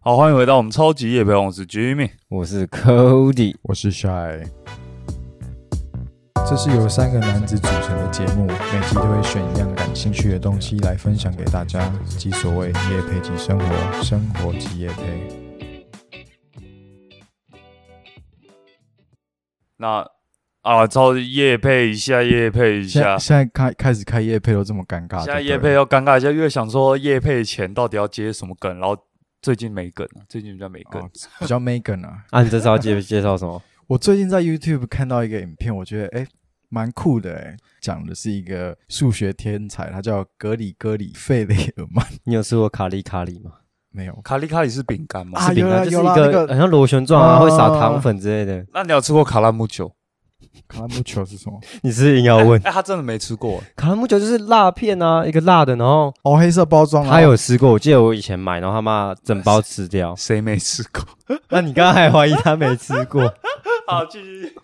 好，欢迎回到我们超级夜陪，我是 Jimmy。我是 Cody，我是 Shy。这是由三个男子组成的节目，每集都会选一样感兴趣的东西来分享给大家，即所谓夜配即生活，生活即夜配。那啊，超级夜配一下，夜配一现下在，现在开开始开夜配都这么尴尬，现在对夜不对配要尴尬一下，因为想说夜配前到底要接什么梗，然后最近没梗啊了，最近比较没梗。哦比较 Megan 啊。啊，你这次要介介绍什么？我最近在 YouTube 看到一个影片，我觉得诶蛮酷的诶，讲的是一个数学天才，他叫格里格里费雷尔曼，你有吃过卡里卡里吗？没有卡利卡里是饼干吗？啊是饼干，就有是啦一有啦那个个很像螺旋状啊，啊会撒糖粉之类的。那你有吃过卡拉木酒？卡拉木球是什么？你是不是硬要问 哎、他真的没吃过。。卡拉木酒就是辣片啊，一个辣的，然后哦，黑色包装，他有吃过，我记得我以前买，然后他妈整包吃掉谁没吃过？ 那你刚刚还怀疑他没吃过 好，继续。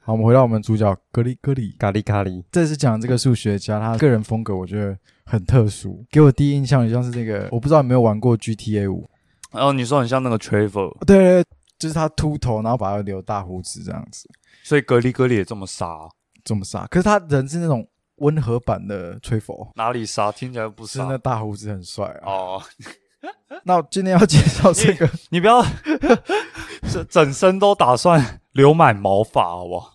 好，我们回到我们主角格里格里，咖喱咖喱？这次讲这个数学家，他个人风格我觉得很特殊，给我第一印象很像是这个，我不知道有没有玩过 GTA 五，然后你说很像那个 Travel，对对对，就是他秃头，然后把他留大胡子这样子，所以格力格力也这么傻啊、这么傻。可是他人是那种温和版的吹佛，哪里傻？听起来不是傻那大胡子很帅啊。哦。那我今天要介绍这 个，你不要整整身都打算留满毛发好不好？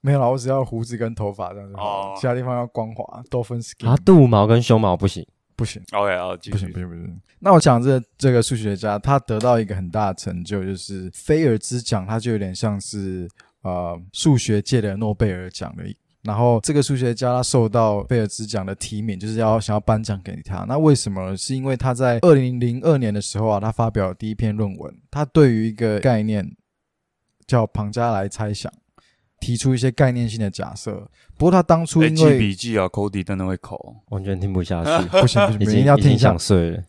没有啦，我只要胡子跟头发这样子好哦了，其他地方要光滑，都分 skin，、啊，肚毛跟胸毛不行。不行。 OK，好，继不行续不。行不行。那我讲这这个数学家，他得到一个很大的成就，就是菲尔兹奖，他就有点像是呃数学界的诺贝尔奖的一。然后这个数学家他受到菲尔兹奖的提名，就是要想要颁奖给他。那为什么呢？是因为他在二零零二年的时候啊，他发表了第一篇论文，他对于一个概念叫庞加莱猜想，提出一些概念性的假设。不过他当初哎，因记为笔记啊，Cody 真的会口。完全听不下 去，不行不行，已不经行，一定要已听经一下想。睡了。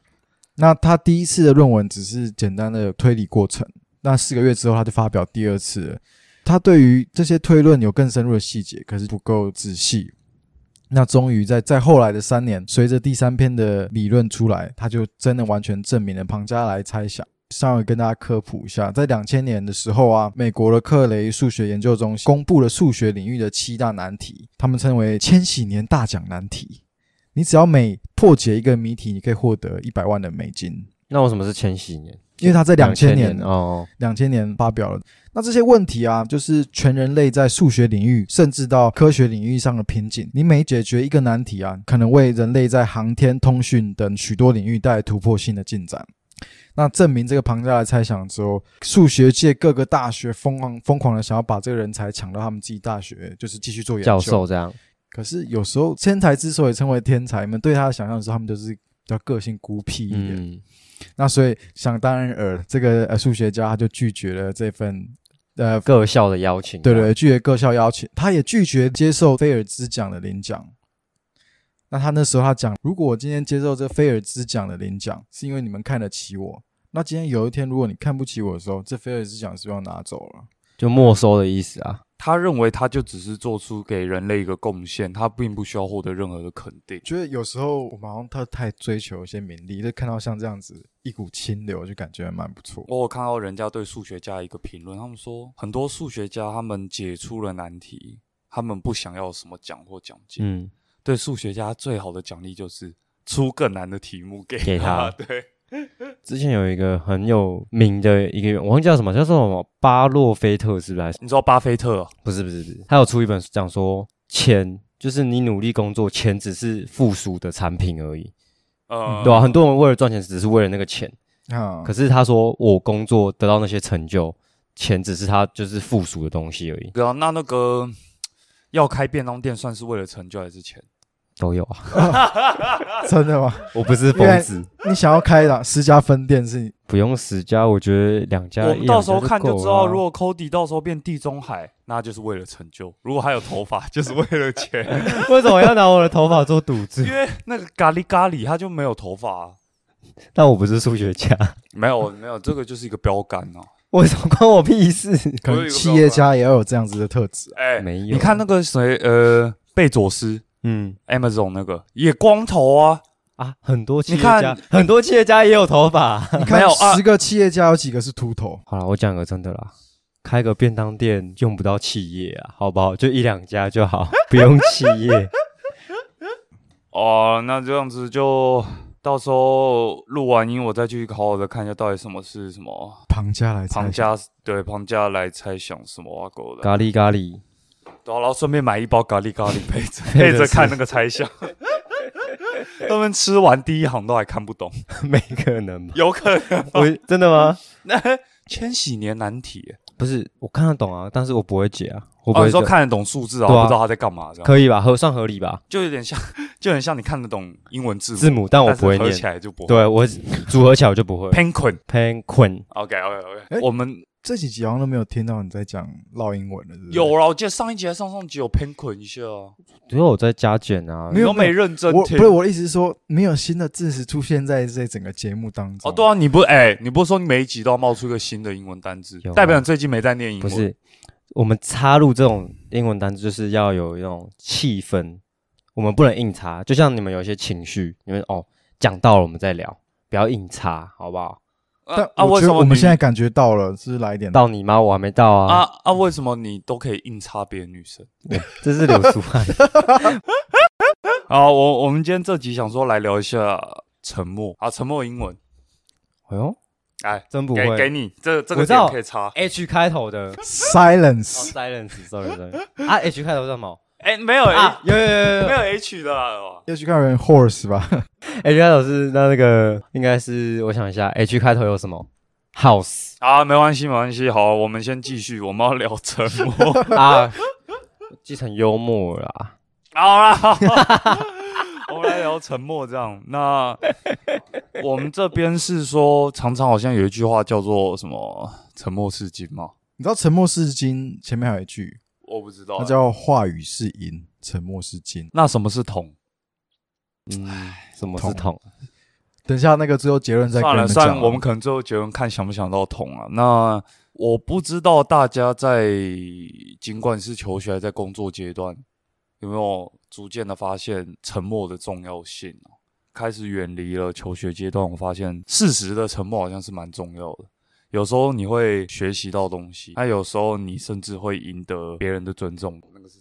那他第一次的论文只是简单的推理过程，那四个月之后他就发表第二次了。他对于这些推论有更深入的细节，可是不够仔细。那终于在在后来的三年，随着第三篇的理论出来，他就真的完全证明了庞加莱猜想。稍微跟大家科普一下，在两千年的时候啊，美国的克雷数学研究中心公布了数学领域的七大难题，他们称为“千禧年大奖难题”。你只要每破解一个谜题，你可以获得一百万的美金，那为什么是千禧年？因为他在两千年2000哦，两千年发表了。那这些问题啊，就是全人类在数学领域，甚至到科学领域上的瓶颈。你每解决一个难题啊，可能为人类在航天、通讯等许多领域带来突破性的进展。那证明这个庞加莱猜想之后，数学界各个大学疯狂疯狂的想要把这个人才抢到他们自己大学，就是继续做研究。教授这样。可是有时候天才之所以称为天才，你们对他的想象的时候，他们就是比较个性孤僻一点。嗯，那所以想当然尔，这个呃数学家他就拒绝了这份呃，各校的邀请。啊对对，，拒绝各校邀请，他也拒绝接受菲尔兹奖的领奖。那他那时候他讲，如果我今天接受这菲尔兹奖的领奖，是因为你们看得起我。那今天有一天，如果你看不起我的时候，这菲尔兹奖是不是要拿走了。就没收的意思啊。他认为他就只是做出给人类一个贡献，他并不需要获得任何的肯定。觉得有时候我们好像特太追求一些名利，就看到像这样子一股清流，就感觉还蛮不错。我有看到人家对数学家一个评论，他们说很多数学家他们解出了难题，他们不想要什么奖或奖金。嗯，对数学家最好的奖励就是出更难的题目给给他对，之前有一个很有名的一个，我忘记叫什么，叫做什么巴洛菲特，是不是？你知道巴菲特哦不是不是不是，他有出一本书讲说，钱就是你努力工作，钱只是附属的产品而已，呃，对啊，很多人为了赚钱，只是为了那个钱。啊、可是他说，我工作得到那些成就，钱只是他就是附属的东西而已，对啊，那那个要开便当店算是为了成就还是钱？都有啊。真 的吗？我不是因为疯子，你想要开的十家分店是不用十家，我觉得两家我们一两到时候家看就够知了啊道，如果 Cody 到时候变地中海，那就是为了成就；如果还有头发，就是为了钱。 为什么要拿我的头发做赌注 因？为那个咖喱咖喱他就没有头发、啊，但我不是数学家，没有没有，这个就是一个标杆哦、 为什么关我屁事？可我有一个能企业家也要有这样子的特质啊、哎、 没有你看那个谁呃贝佐斯嗯， Amazon 那个也光头啊，啊，很多企业看家，很多企业家也有头发。你没看有啊十个企业家有几个是秃头？ 好了，我讲个真的啦，开个便当店用不到企业啊，好不好？就一两家就好， 不用企业。 哦，那这样子就到时候录完音，我再去好好的看一下到底什么是什么庞家来猜庞，家，对庞家来猜想什么挖沟的，咖喱咖喱， 对啊然后顺便买一包咖喱咖喱配着配着看那个猜想。他们吃完第一行都还看不懂，没可能吧？有可能 我真的吗？千禧年难题耶。不是，我看得懂啊，但是我不会解啊，我不哦，会你解、说看得懂数字啊，对啊不知道他在干嘛，这样可以吧？合算合理吧？就有点像，就很像你看得懂英文字母，字母，但我但是不会合念起。来就不会。对我组合起来我就不会。 ，penguin。 Penguin， OK OK OK，、哎我们这几集好像都没有听到你在讲烙英文了，是不是有啊了，我记得上一集还上上集有 penguin 一下啊，只有我在加减啊没。有你都没认真我不听。是我的意思是说，没有新的字词出现在这整个节目当中。哦，对啊，你不哎、你不是说你每一集都要冒出一个新的英文单字有，啊代表你最近没在念英不文？是，我们插入这种英文单词，就是要有一种气氛，我们不能硬插。就像你们有一些情绪，你们哦讲到了，我们再聊，不要硬插，好不好？啊但啊，我为觉什得么我们你现在感觉到了，是不是来一点到你吗？我还没到啊，啊啊，为什么你都可以硬插别的女生？这是柳淑 汉。啊，我我们今天这集想说来聊一下沉默啊，沉默英文，哎呦，哎，真不给给会。你这这我个知道点可以插。 H 开头的 silence？，silence，sorry sorry。啊，H 开头叫什么？哎、没有 H，、啊，有有有有没有有 H 的啊、哦要去看人 horse 吧？ ，H 开头是那那个应该是我想一下，H 开头有什么？House 啊，没关系没关系，好，我们先继续，我们要聊沉 默。啊，继承幽默了啦。好啦， 我们来聊沉默这样。 那我们这边是说，常常好像有一句话叫做什么“沉默是金”吗？你知道“沉默是金”前面还有一句，我不知道那叫“话语是银，沉默是金那什么是铜？嗯，什么桶是桶？”。等一下那个最后结论再跟算你了们算讲了，啊。我们可能最后结论看想不想到铜啊。那我不知道大家在尽管是求学还是在工作阶段，有没有逐渐的发现沉默的重要性啊、开始远离了求学阶段，我发现适时的沉默好像是蛮重要的。有时候你会学习到东西，那有时候你甚至会赢得别人的尊重。那个是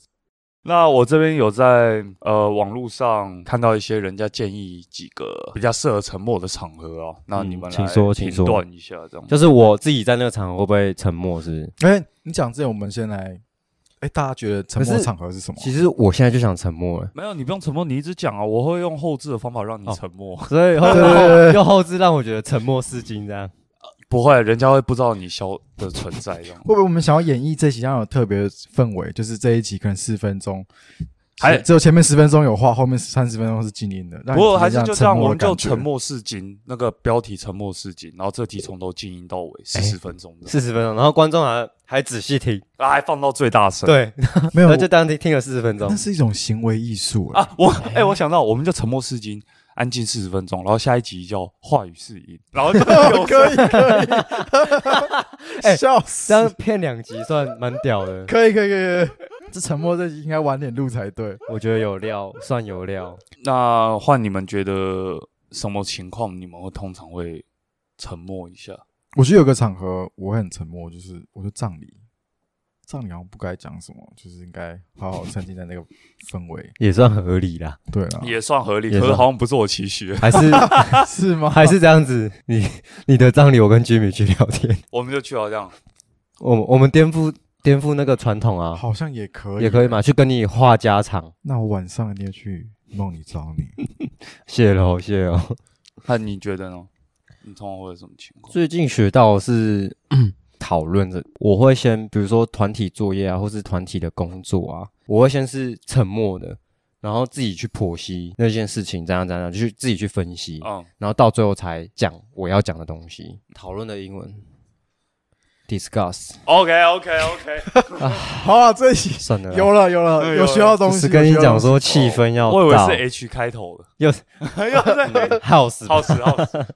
那我这边有在呃网络上看到一些人家建议几个比较适合沉默的场合啊，那嗯你们来请说请评说断一下这样。就是我自己在那个场合会不会沉默？是不是？哎，你讲之前，我们先来。哎，大家觉得沉可默是场合是什么？其实我现在就想沉默了，没有，你不用沉默，你一直讲啊，我会用后置的方法让你哦沉默。 所以后对对对对 又后置让我觉得沉默是金这样。不会，人家会不知道你消的存在这样。会不会我们想要演绎这集，让有特别的氛围？就是这一集可能四分钟，还只只有前面十分钟有话，后面三十分钟是静音的。让不过你还是体验就这沉样，默我的们就感觉沉。默是金，那个标题沉默是金，然后这题从头静音到尾，四哎十分钟的，四十分钟，然后观众还还仔细听，啊还放到最大声。对，没然后有，就当听听了四十分钟那。是一种行为艺术啊。啊，我哎、我想到，我们就沉默是金，安静四十分钟，然后下一集叫话语是音，然后就有 可以可以，哎笑死这！样骗两集算蛮屌的，可以可以可以可以， 这沉默这集应该晚点录才对。我觉得有料，算有料。那换你们觉得什么情况你们会通常会沉默一下？我觉得有个场合我会很沉默，就是我就葬礼，葬礼好像不该讲什么，就是应该好好沉浸在那个氛围。也算合理啦，对了，也算合理，也可是算好像不是我期许。还是 是吗？还是这样子。你你的葬礼，我跟居米去聊天，我们就去好像 我们我们颠覆颠覆那个传统啊，好像也可以，也可以嘛，？去跟你话家常，那我晚上一定要去梦里找你。谢喽谢哦喽。那你觉得呢？你通常会有什么情况？最近学到的是 讨论的，我会先比如说团体作业啊，或是团体的工作啊，我会先是沉默的，然后自己去剖析那件事情怎样怎样，就去自己去分析，哦嗯，然后到最后才讲我要讲的东西。讨论的英文，discuss， OK OK OK，好啊，这一集算了啦。有了有了，嗯有有学到只东西。是跟你有学到讲东西，说气氛要我以到为是 H 开头的，又 又在 house 吧耗时耗时。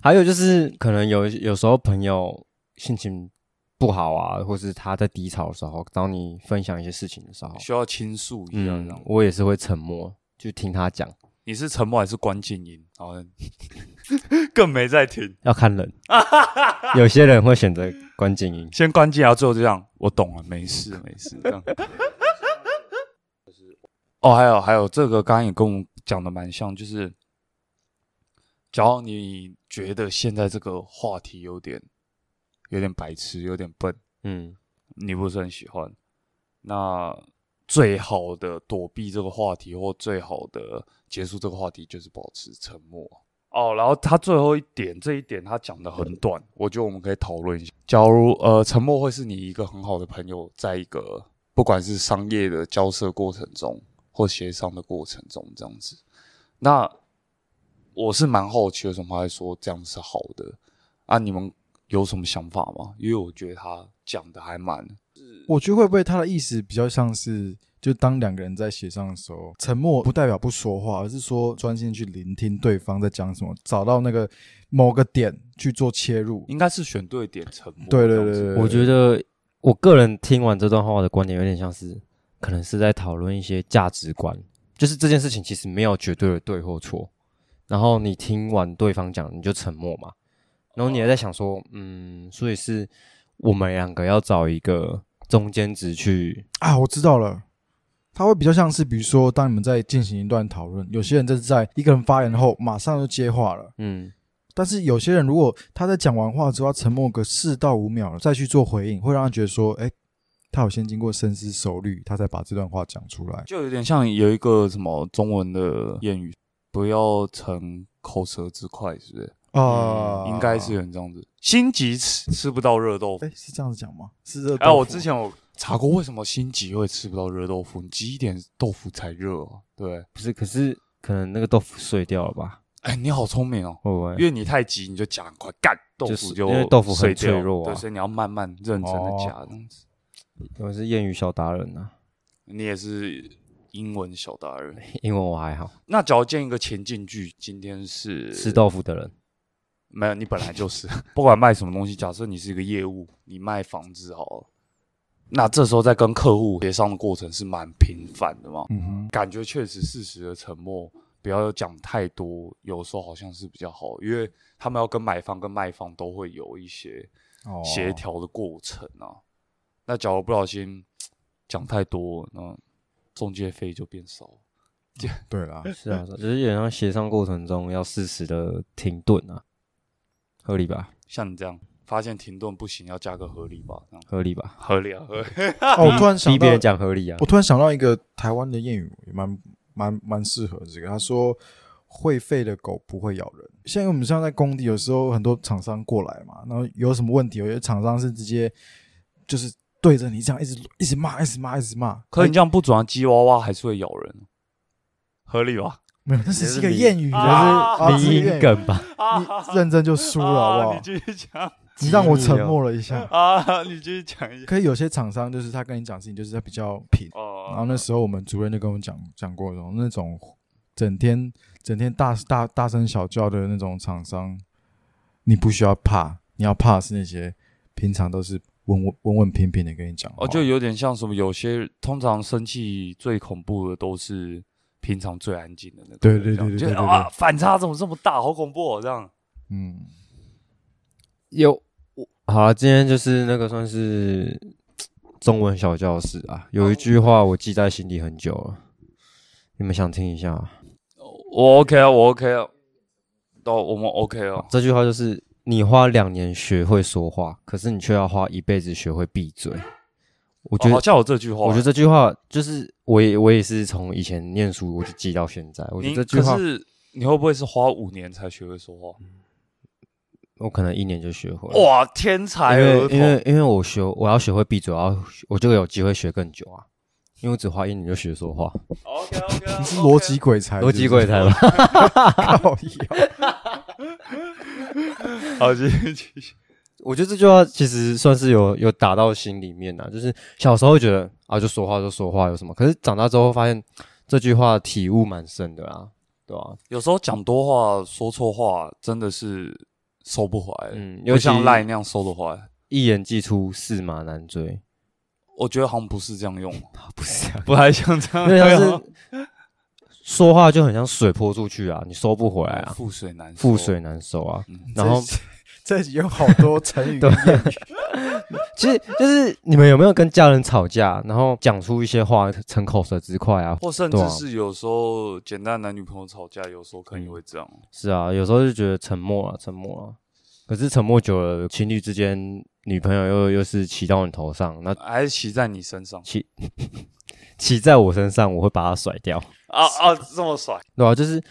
还有就是，可能有有时候朋友心情不好啊，或是他在低潮的时候，找你分享一些事情的时候，需要倾诉一下这嗯样，。我也是会沉默，就听他讲。你是沉默还是关静音？好 像更没在听。要看人，有些人会选择关静音。先关机，然后最后就这样，我懂了，没事没事，这样。 哦，还有还有，这个刚刚也跟我们讲的蛮像，就是，假如你觉得现在这个话题有点有点白痴，有点笨，嗯，你不是很喜欢，那最好的躲避这个话题或最好的结束这个话题就是保持沉默。哦，然后他最后一点这一点他讲的很短，我觉得我们可以讨论一下。假如呃，沉默会是你一个很好的朋友，在一个不管是商业的交涉过程中或协商的过程中这样子，那我是蛮好奇为什么他会说这样是好的啊？你们有什么想法吗？因为我觉得他讲的还蛮我觉得会不会他的意思比较像是，就当两个人在协商的时候，沉默不代表不说话，而是说专心去聆听对方在讲什么，找到那个某个点去做切入。应该是选对点沉默。对对这样子对对我觉得我个人听完这段话的观点有点像是，可能是在讨论一些价值观，就是这件事情其实没有绝对的对或错。然后你听完对方讲，你就沉默嘛，然后你也在想说，嗯，所以是我们两个要找一个中间值去，啊，我知道了，他会比较像是，比如说，当你们在进行一段讨论，有些人这是在一个人发言后马上就接话了，嗯，但是有些人如果他在讲完话之后他沉默个四到五秒再去做回应，会让他觉得说，哎、他有先经过深思熟虑，他才把这段话讲出来。就有点像有一个什么中文的谚语，不要逞口舌之快，是不是？啊、嗯应该是有人这样子，心急吃吃不到热豆腐哎、。是这样子讲吗？是这。哎、我之前有查过，为什么心急会吃不到热豆腐？你急一点豆腐才热、啊，对不对。不是，可是可能那个豆腐碎掉了吧，哎、你好聪明哦，会不会因？为你太急，你就夹很快，干豆就腐是就因为豆腐很碎掉脆弱啊哦对，所以你要慢慢认真的夹这样子。我是谚语小达人啊，你也是英文小达人， 英文我还好，那只要建一个前进句，今天是吃豆腐的 人，没有，你本来就是， 不管卖什么东西，假设你是一个业务，你卖房子好了，那这时候在跟客户协商的过程是蛮频繁的嘛，嗯哼，感觉确实适时的沉默，不要讲太多，有时候好像是比较好，因为他们要跟买方跟卖方都会有一些哦协。调的过程啊。那假如不小心讲太多，那中介费就变少了。对 啦，是啊，是啊就是有点像协商过程中要适时的停顿啊，合理吧？像你这样发现停顿不行，要加个合理吧，这样合理吧？合理啊，合理。哦，我突然想逼到别，人讲合理啊我，突然想到一个台湾的谚语，也蛮蛮蛮适合这个。他说：“会吠的狗不会咬人。”像因为我们像在工地，有时候很多厂商过来嘛，然后有什么问题，有些厂商是直接就是对着你这样一直一直骂，一直骂，一直骂。 可你这样不准啊，鸡娃娃还是会咬人，合理吧？没有，那是一个你谚语，啊啊迷这音个谚语啊梗吧？ 你认真就输了，好 不你好？继续讲你让我沉默了一下。啊，你继续讲一下。可以有些厂商就是他跟你讲事情，就是他比较平。然后哦，那时候我们主任就跟我们讲讲过，那种那种整天整天大大大声小叫的那种厂商，你不需要怕，你要怕的是那些平常都是温温温温平平的跟你讲话。哦，就有点像什么，有些通常生气最恐怖的都是平常最安静的那个。对对对对这对样就对啊，反差怎么这么大，好恐怖哦，这样。嗯， 有，我好啊，今天就是那个算是中文小教室啊，有一句话我记在心里很久了，你们想听一下啊？我 OK 啊，我 OK 啊，哦，我们 OK 啊。这句话就是你花两年学会说话，可是你却要花一辈子学会闭嘴。我觉哦得好像有这句话，我觉得这句话就是我也我也是从以前念书我就记到现在，我觉你得这句话嗯可是你会不会是花五年才学会说话？我可能一年就学会了。哇，哎天才因儿为童！因为因为我学我要学会闭嘴，我要我就有机会学更久啊，因为我只花一年就学说话， OK OK， 你是逻辑鬼才，逻辑鬼 才吧？靠腰好，继续继续。我觉得这句话其实算是有有打到心里面啊，就是小时候会觉得啊就说话就说话有什么，可是长大之后发现这句话体悟蛮深的啦，对吧、有时候讲多话、说错话，真的是收不回来，嗯，又尤其像赖那样收得回来。一言既出驷马难追，我觉得好像不是这样用， 不是、啊， 不太像这因为样像用是说话就很像水泼出去啊，你收不回来啊，哦覆水难收覆水。难收啊。嗯 然后这集这集有好多成语对啊跟谚语，其实就是你们有没有跟家人吵架，然后讲出一些话，逞口舌之快啊？或甚对啊至是有时候简单男女朋友吵架，有时候可能嗯也会这样。是啊，有时候就觉得沉默了，啊沉默了。可是沉默久了，情侣之间，女朋友又又是骑到你头上，那还是骑在你身上骑在我身上，我会把它甩掉，啊啊，这么甩，对吧、就是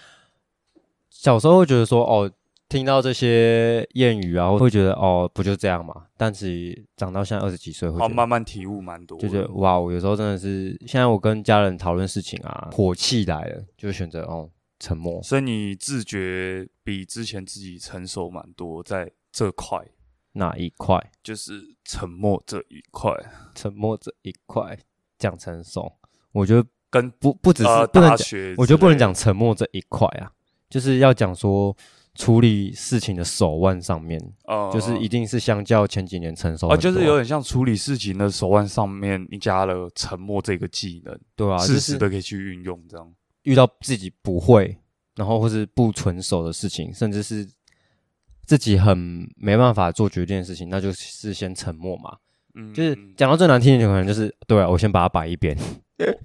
小时候会觉得说，哦，听到这些谚语啊，会觉得哦，不就这样嘛。但是长到现在二十几岁，会哦，觉得慢慢体悟蛮多的。就觉得哇，我有时候真的是，现在我跟家人讨论事情啊，火气来了，就选择哦沉默。所以你自觉比之前自己成熟蛮多，在这块那一块，就是沉默这一块，沉默这一块讲成熟，我觉得跟不不只是呃不能大讲，学，我觉得不能。讲沉默这一块啊，就是要讲说处理事情的手腕上面，呃，就是一定是相较前几年成熟啊，很多就是有点像处理事情的手腕上面，你加了沉默这个技能，对啊，就适时是的可以去运用，这样。遇到自己不会，然后或是不纯熟的事情，甚至是自己很没办法做决定的事情，那就是先沉默嘛。嗯，就是嗯讲到最难听一点，可能就是对啊，我先把它摆一边。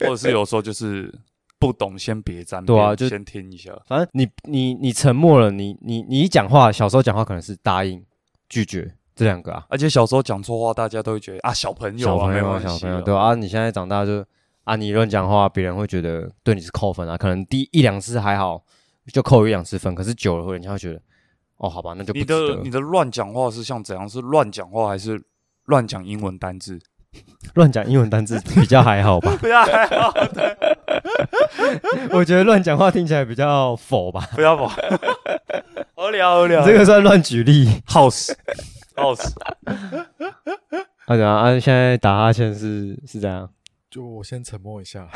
或者是有时候就是不懂，先别沾边，对啊就先听一下。反正你你你沉默了，你你你一讲话，小时候讲话可能是答应、拒绝这两个啊，而且小时候讲错话，大家都会觉得啊，小朋友小啊，朋没友关啊系啊，小朋友对啊，你现在长大就啊，你乱讲话，别人会觉得对你是扣分啊，可能第一两次还好，就扣一两次分，可是久了会人家会觉得哦，好吧，那就不你值得的你的乱讲话是像怎样？是乱讲话还是乱讲英文单字？乱讲英文单字比较还好 ？吧不要 还好，我觉得乱讲话听起来比较否吧，不 要吧，无聊无聊。这个算乱举例。 house house 啊，对啊，啊，现在打哈欠是是这样，就我先沉默一下，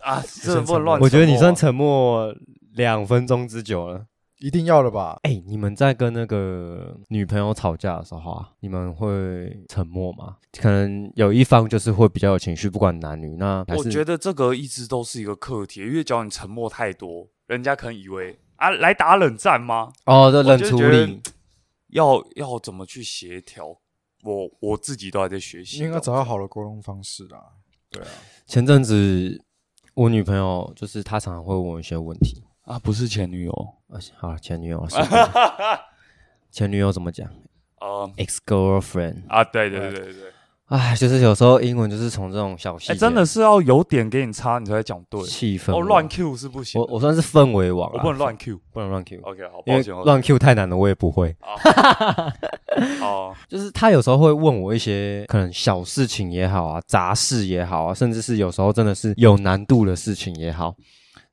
啊，这不能乱。啊我觉得你算，沉默两分钟之久了。一定要的吧？哎、你们在跟那个女朋友吵架的时候啊，你们会沉默吗？可能有一方就是会比较有情绪，不管男女，那还是我觉得这个一直都是一个课题，因为只要你沉默太多，人家可能以为啊，来打冷战吗？哦，这我冷就处觉得理，要要怎么去协调？我我自己都还在学习，应该找到好的沟通方式啦。对啊，前阵子我女朋友就是她常常会问我一些问题，啊，不是前女友，啊，好，前女友，随 便前女友怎么讲呃？ex girlfriend，啊，对对对对对，哎，就是有时候英文就是从这种小细哎，节，真的是要有点给你插，你才会讲对。气氛哦，嘛乱 Q 是不行我的，我算是氛围王啊，我不能乱 Q。不能乱 Q， OK，好，因抱为歉，乱 Q 太难了，我也不会。哦，就是他有时候会问我一些可能小事情也好啊，杂事也好啊，甚至是有时候真的是有难度的事情也好，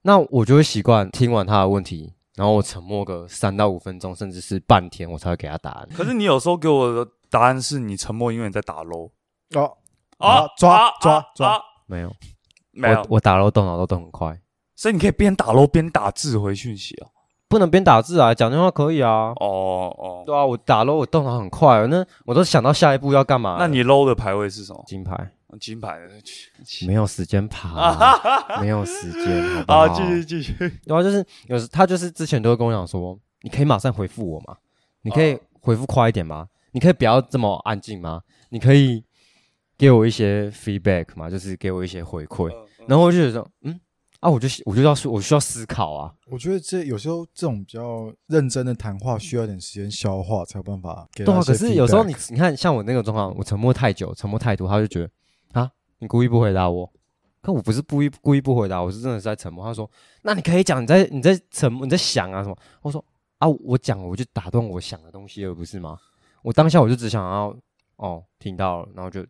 那我就会习惯听完他的问题，然后我沉默个三到五分钟，甚至是半天，我才会给他答案。可是你有时候给我的答案是你沉默，因为你在打 low 哦，啊抓抓抓，啊没有，没我有，我打漏动脑都动很快，所以你可以边打 low 边打字回讯息啊。不能边打字啊，讲电话可以啊。哦哦，对啊，我打漏我动脑很快，那我都想到下一步要干嘛了。那你 low 的排位是什么？金牌金牌的没有时间爬 啊，没有时间，好不好？啊，继续继续。对啊，就是有时他就是之前都会跟我讲说，你可以马上回复我吗？你可以哦回复快一点吗？你可以不要这么安静吗？你可以给我一些 feedback 嘛，就是给我一些回馈。然后我就觉得说，嗯啊，我就我就要我需要思考啊，我觉得这有时候这种比较认真的谈话需要点时间消化，才有办法给对啊。他一些可 feedback。是有时候你你看像我那个状况，我沉默太久，沉默太多，他就觉得啊，你故意不回答我。可我不是故意故意不回答，我是真的是在沉默。他说：“那你可以讲，你在你在沉默，你在想啊什么？”我说：“啊，我讲了我就打断我想的东西了，不是吗？我当下我就只想要哦，听到了，然后就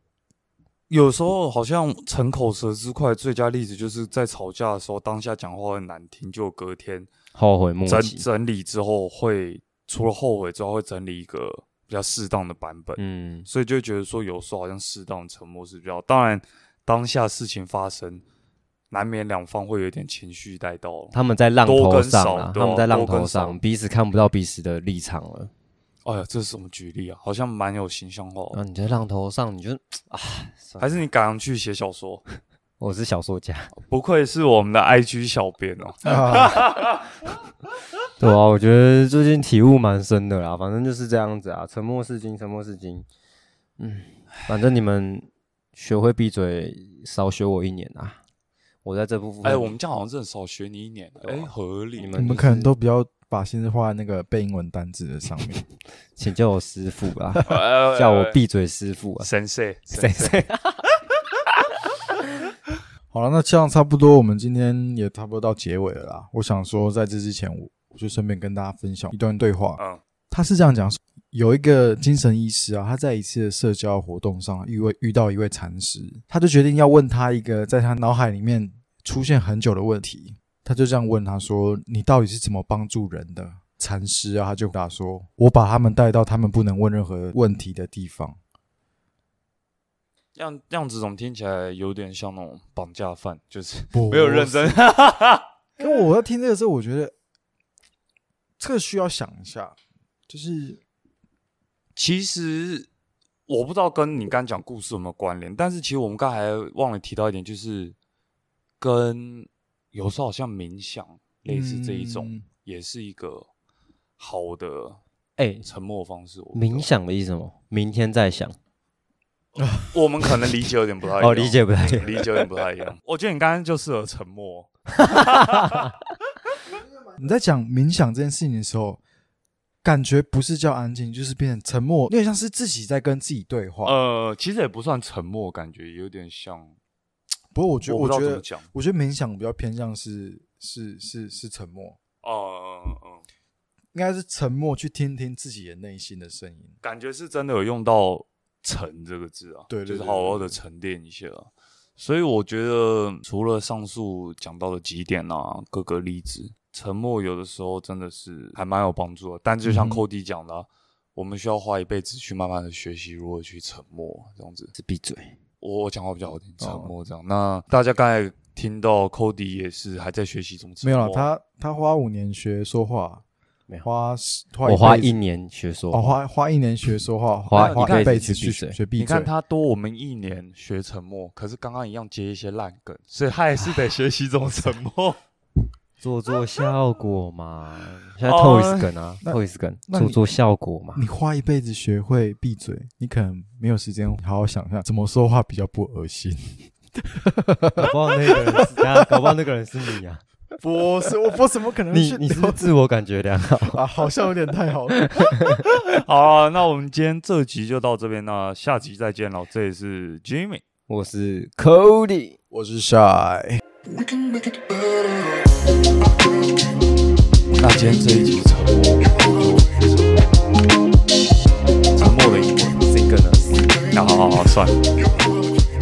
有时候好像逞口舌之快，最佳例子就是在吵架的时候，当下讲话很难听，就隔天后悔莫整及。整理之后会，除了后悔之后，会整理一个比较适当的版本，嗯，所以就会觉得说，有时候好像适当的沉默是比较。当然，当下事情发生，难免两方会有点情绪带到了。他们在浪多头跟上少啊，对他们啊在浪多跟头少上，彼此看不到彼此的立场了。哎呀，这是什么举例啊？好像嗯蛮有形象化的。哦啊，你在浪头上，你就啊，还是你赶上去写小说？我是小说家，不愧是我们的 IG 小编哦。啊， 对啊，我觉得最近体悟蛮深的啦，反正就是这样子啊，沉默是金，沉默是金。嗯，反正你们学会闭嘴，少学我一年啊！我在这部分，哎，我们这样好像真的少学你一年，哎，合理。你你们可能都比较把心思花在那个背英文单字的上面。请叫我师傅啊，呃叫我闭嘴师傅啊，神社，谁谁？好了，那这样差不多，我们今天也差不多到结尾了啦。我想说，在这之前，我我就顺便跟大家分享一段对话。嗯，他是这样讲：有一个精神医师啊，他在一次的社交活动上遇位遇到一位禅师，他就决定要问他一个在他脑海里面出现很久的问题。他就这样问他说：“你到底是怎么帮助人的？”禅师啊，他就答说：“我把他们带到他们不能问任何问题的地方。”样样子怎么听起来有点像那种绑架犯，就是不 没有认 真。因为我在听这个时候，我觉得这个需要想一下，就是其实我不知道跟你刚讲故事有没有关联，但是其实我们刚才忘了提到一点，就是跟有时候好像冥想类似这一种，嗯也是一个好的哎，沉默方式。我不懂冥，想的意思是什么？明天再想。我们可能理哎解有点不太一样 哦，理解不太一样。理解有点不太一样。我觉得你刚刚就适合沉默，你在讲冥想这件事情的时候，感觉不是叫安静，就是变成沉默，有点像是自己在跟自己对话。呃，其实也不算沉默，感觉有点像，不过我觉得，我不我知道觉怎么得，讲。我觉得冥想比较偏向是是是是沉默，哦哦哦哦，应该是沉默去听听自己的内心的声音。感觉是真的有用到“沉”这个字啊，对对就是对好好的沉淀一下、啊。所以我觉得，除了上述讲到的几点啊，各个例子，沉默有的时候真的是还蛮有帮助的。但就像嗯哼寇迪讲的啊、我们需要花一辈子去慢慢的学习如何去沉默，这样子。是闭嘴。我我讲话比较好听，沉默哦这样。那大家刚才听到寇迪也是还在学习怎么沉没有默，了，他他花五年学说话没有，花十花我花辈子一年学说哦，花花一年学说话，花一一辈辈子子去去闭嘴学闭你嘴。看他多我们一年学沉默，可是刚刚一样接一些烂梗，所以他也是得学习这种沉默。做做效果嘛。现在 Toys 梗啊那，Toys 梗，那做你做效果嘛。你花一辈子学会闭嘴，你可能没有时间好好想象怎么说话比较不恶心。搞不好那个人是， 等下搞不好那个人是你啊！不是，我我怎么可能你你是不是自我感觉良好？啊？好像有点太 好了。好啊，那我们今天这集就到这边，那下集再见了。这里是 Jimmy。我是 Cody。我是 shy，那今天这一集沉默，沉默的英文这个呢？那好好好，算了。 Thank you.